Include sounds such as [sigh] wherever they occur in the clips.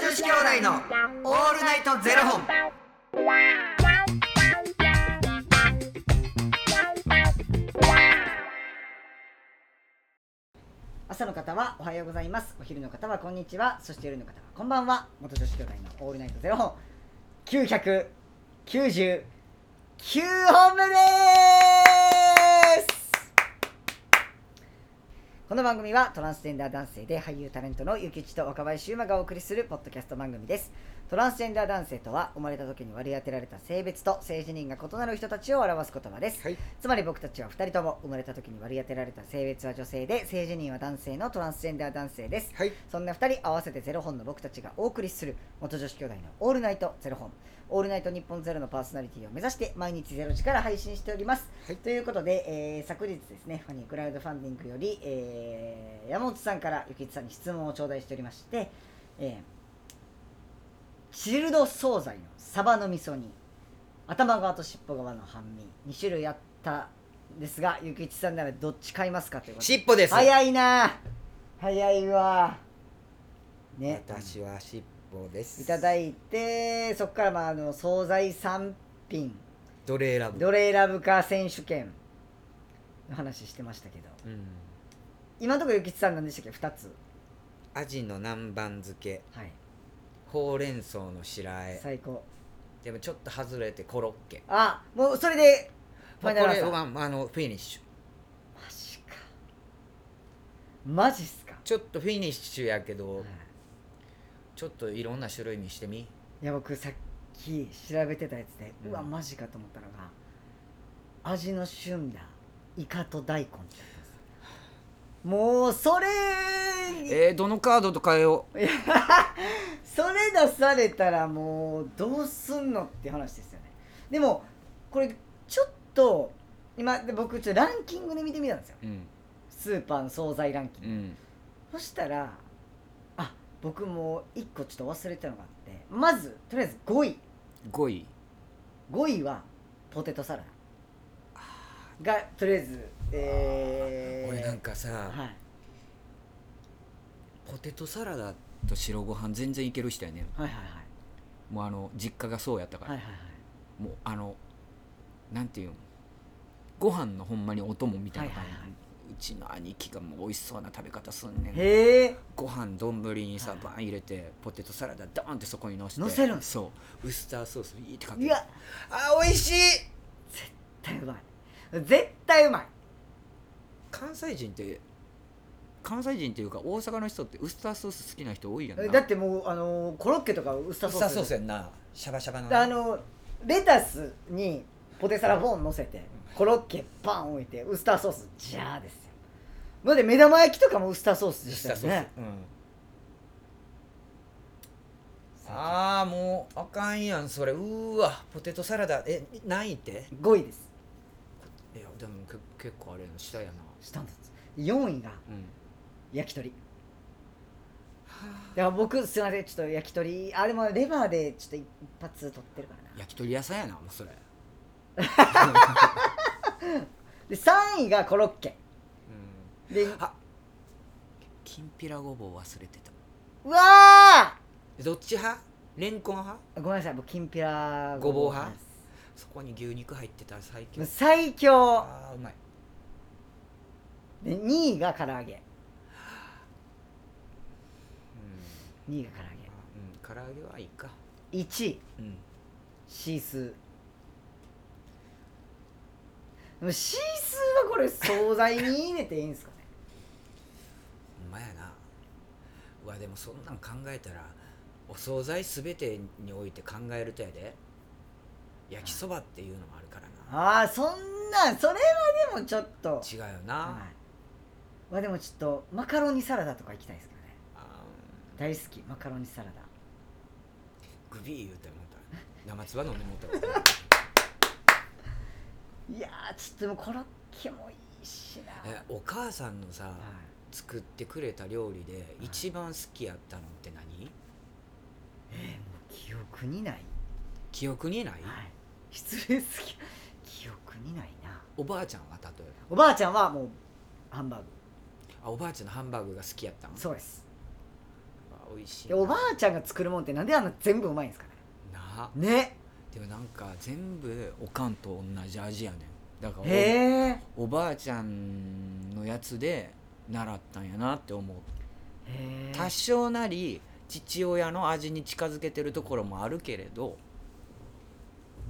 子兄弟のオールナイトゼロ本。朝の方はおはようございますお昼の方はこんにちはそして夜の方はこんばんは元女子兄弟のオールナイトゼロ本999本目ですこの番組はトランスジェンダー男性で俳優タレントのゆきちと若林優馬がお送りするポッドキャスト番組ですトランスジェンダー男性とは生まれた時に割り当てられた性別と性自認が異なる人たちを表す言葉ですはい。つまり僕たちは2人とも生まれた時に割り当てられた性別は女性で性自認は男性のトランスジェンダー男性ですはい。そんな2人合わせてゼロ本の僕たちがお送りする元女子兄弟の「オールナイトゼロ本」「オールナイト日本ゼロのパーソナリティを目指して毎日ゼロ時から配信しております、はいということで、えー昨日ですねファニークラウドファンディングより、えー山本さんからゆきつさんに質問を頂戴しておりまして、えーチルド惣菜のサバの味噌煮頭側と尻尾側の半身2種類あったんですがゆきちさんならどっち買いますかということで尻尾です。早いな早いわね私は尻尾です。いただいてそこからまああの惣菜3品奴隷ラブ。どれ選ぶか選手権の話してましたけどうん。今のところゆきちさんなんでしたっけ2つアジの南蛮漬け、はいほうれん草の白和え。最高でもちょっと外れてコロッケ。あもうそれでフまァイあナこルアンれサーマはまああのフィニッシュ。ジかマジっすか、ちょっとフィニッシュやけはどい、ちょっといろんな種類にしてみ。いや僕さっき調べてたやつで、ううんわマジかと思ったのが味の旬だイカと大根ってやつですもうそれえー、どのカードと変えよう。それ出されたらもうどうすんのって話ですよねでもこれちょっと今で僕ちょっとランキングで見てみたんですようん。スーパーの惣菜ランキング、うん。そしたらあ僕もう1個ちょっと忘れてたのがあってまずとりあえず5位5位。 5位はポテトサラダがとりあえずえー、俺なんかさ、はいポテトサラダと白ご飯全然いける人やねはいはいもうあの実家がそうやったかはいはいら、はいはいもうあのなんていうのご飯のほんまにお供みたいな感じ、はいはいはうちの兄貴がもう美味しそうな食べ方すんねんへえご飯丼にさはいバン入れてポテトサラダドーンってそこにのして乗せるんそうウスターソースいいって感いじやあ美味しい絶対うまい絶対うまい関西人って関西人っていうか大阪の人ってウスターソース好きな人多いやんなだってもうあのーコロッケとかウスターウソスースターソースやんなシャバシャバのねあのレタスにポテサラボン乗せてコロッケパン置いてウスターソースジャーですよまで目玉焼きとかもウスターソースでしたよねああもうあかんやんそれうーわポテトサラダえないって5位ですいやでもけ結構あれの下やなしたんです4位がうん焼き鳥だから僕すいませんちょっと焼き鳥あでもレバーでちょっと一発取ってるからな焼き鳥屋さんやなもうそれ、で3位がコロッケうでん、あきんぴらごぼう忘れてたうわどっち派レンコン派ーごめんなさい僕きんぴらごぼう派そこに牛肉入ってたら最強最強ああうまいで2位が唐揚げ2位が唐あうん唐揚げはいいか揚げ1位うんシースーでもシースーはこれ惣菜に入れていいんですかねほんまやなうわでもそんなん考えたらお惣菜全てにおいて考えるとやで焼きそばっていうのもあるからなああそんなんそれはでもちょっと違うよな、はいまあでもちょっとマカロニサラダとか行きたいですけどねあ大好きマカロニサラダーグビー言うてもうた生唾飲んでもうた [laughs] いやーちょっとでもコロッケもいいしなえお母さんのさはい作ってくれた料理で一番好きやったのって何えーもう記憶にない、記憶にない、はい、失礼すぎ記憶にないなおばあちゃんは例えおばあちゃんはもうハンバーグばあおばあちゃんのハンバーグが好きやったんそうですあ美味しいでおばあちゃんが作るもんってなんであんな全部うまいんですかなあねねでもなんか全部おかんと同じ味やねんだからへえおおばあちゃんのやつで習ったんやなって思うへ多少なり父親の味に近づけてるところもあるけれど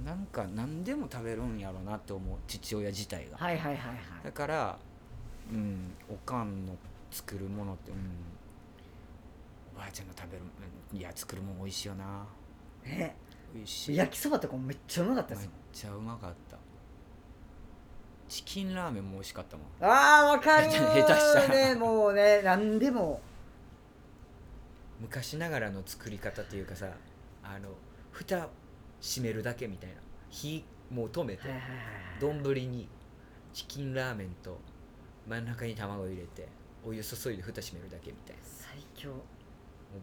なんか何でも食べるんやろなって思う父親自体が、はいはいはいはだからうんおかんの作るものって、うん、おばあちゃんの食べるうんいや作るもん美味しいよないね美味しい焼きそばとかもめっちゃうまかっためですっよちゃうまかったチキンラーメンも美味しかったもんあーわかる [laughs] ー下手したらねもうね何でも昔ながらの作り方っていうかさあの蓋閉めるだけみたいな火もう止めてはいはい丼にチキンラーメンと真ん中に卵入れてお湯注いで蓋閉めるだけみたいな最強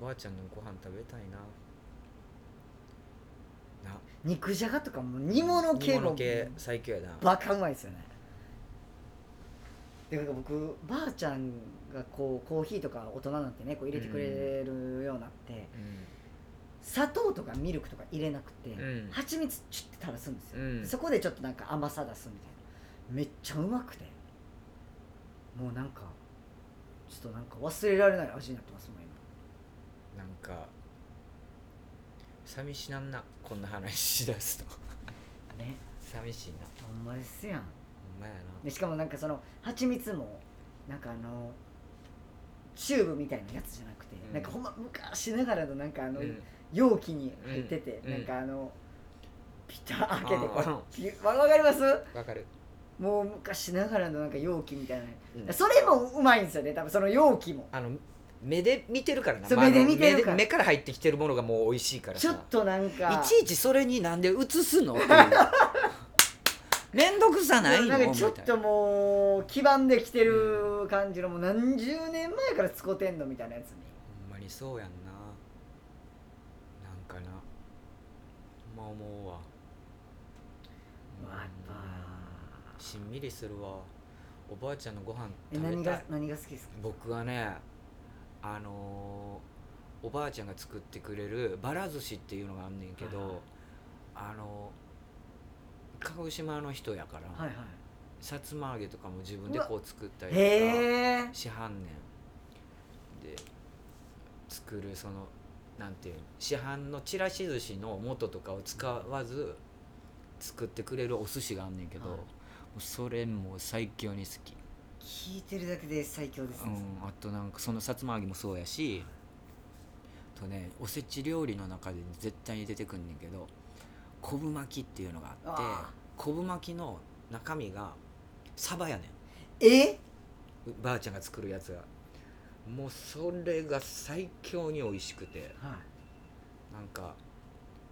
おばあちゃんのご飯食べたいなな肉じゃがとかも煮物系煮も物系最強やなバカうまいですよねでなんか僕ばあちゃんがこうコーヒーとか大人なんてねこう入れてくれるようになって、砂糖とかミルクとか入れなくて、うん蜂蜜チュッて垂らすんですよ、うんそこでちょっとなんか甘さ出すみたいなめっちゃうまくてもうなんかちょっとなんか忘れられない味になってますもん今なんか寂しなんなこんな話しだすとね寂しいなほんまですやんほんまやなでしかもなんかその蜂蜜もなんかあのチューブみたいなやつじゃなくて、うんなんかほんま昔ながらのなんかあの、うん容器に入ってて、うんなんかあのピタッ開けてあーこうピュわわかりますわかるもう昔ながらのなんか容器みたいな、 [laughs] うんそれもうまいんですよね多分その容器もあの目で見てるからなそうまああの目で見てるから目で目から入ってきてるものがもう美味しいからちょっさとなんかいちいちそれになんで映 [laughs] すのっていうめんどくさないのなんかちょっみたいとなもう基盤できてる感じのもう何十年前から使うてんのみたいなやつにほんまにそうやんななんかなほんま思うわうわやっうんぱしんみりするわおばあちゃんのご飯え食何べたがい何が好きですか僕はねあのーおばあちゃんが作ってくれるばら寿司っていうのがあんねんけどあのー鹿児島の人やから、はいはさつま揚げとかも自分でこう作ったりいとかへえ市販年で作るそのなんていうの市販のちらし寿司の素とかを使わず作ってくれるお寿司があんねんけど、はいもうそれも最強に好き、聞いてるだけで最強ですうね、ん、あとなんかそのさつま揚げもそうやしあとねおせち料理の中で絶対に出てくんねんけど昆布巻きっていうのがあってあ昆布巻きの中身がサバやねんえばあちゃんが作るやつがもうそれが最強に美味しくてはなんか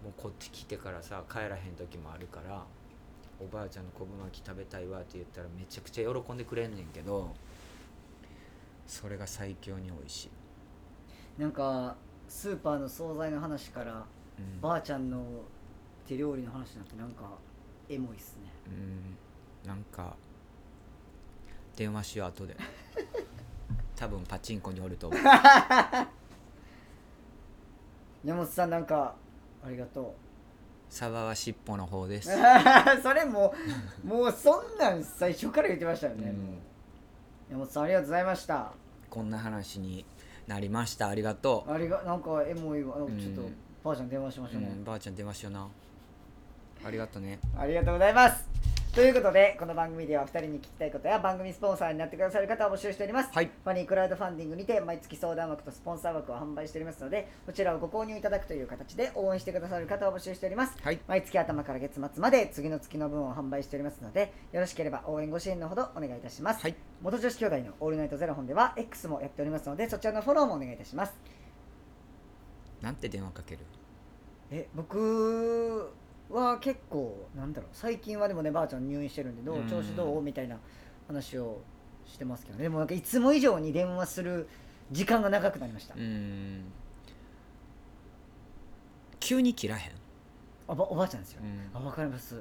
もうこっち来てからさ帰らへん時もあるから「おばあちゃんの昆布巻き食べたいわ」って言ったらめちゃくちゃ喜んでくれんねんけどそれが最強に美味しい、いなんかスーパーの惣菜の話からうんばあちゃんの手料理の話なんてなんかエモいっすねうんなんか電話しよう [laughs] 後で多分パチンコにおると思う山本さんなんかありがとサバは尻尾の方でうす [laughs] それも [laughs] うもうそんなん最初から言ってましたよね、うんもう山本さんありがとうございましたこんな話になりましたありがとうありがなんかエモいわなんかちょっとうんばあちゃん電話しましょうね、うん、ばあちゃん出ましよなありがとねありがとうございます。ということで、この番組では2人に聞きたいことや番組スポンサーになってくださる方を募集しております。はいファニークラウドファンディングにて毎月相談枠とスポンサー枠を販売しておりますので、こちらをご購入いただくという形で応援してくださる方を募集しております。はい毎月頭から月末まで次の月の分を販売しておりますので、よろしければ応援ご支援のほどお願いいたします。はい元女子兄弟のオールナイトゼロ本では X もやっておりますので、そちらのフォローもお願いいたします。なんて電話かけるえ僕は結構なんだろう最近はでもねばあちゃん入院してるんでどううん調子どうみたいな話をしてますけどねでもなんかいつも以上に電話する時間が長くなりました、うーん急に切らへん、おばおばあちゃんですよ、あわかります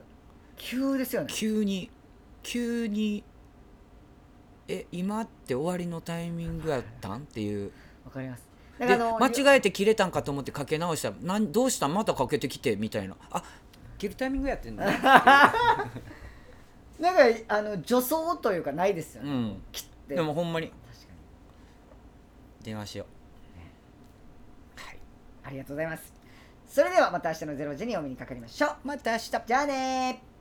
急ですよね急に急にえ今って終わりのタイミングやったんっていうわかりますだでからあの間違えて切れたんかと思ってかけ直したらなんどうしたんまたかけてきてみたいなあ切るタイミングやってんだ、なんかあの女装というかないですようね、ん切ってでもほんまに確かに電話しようはいありがとうございますそれではまた明日の0時にお目にかかりましょうまた明日じゃあねー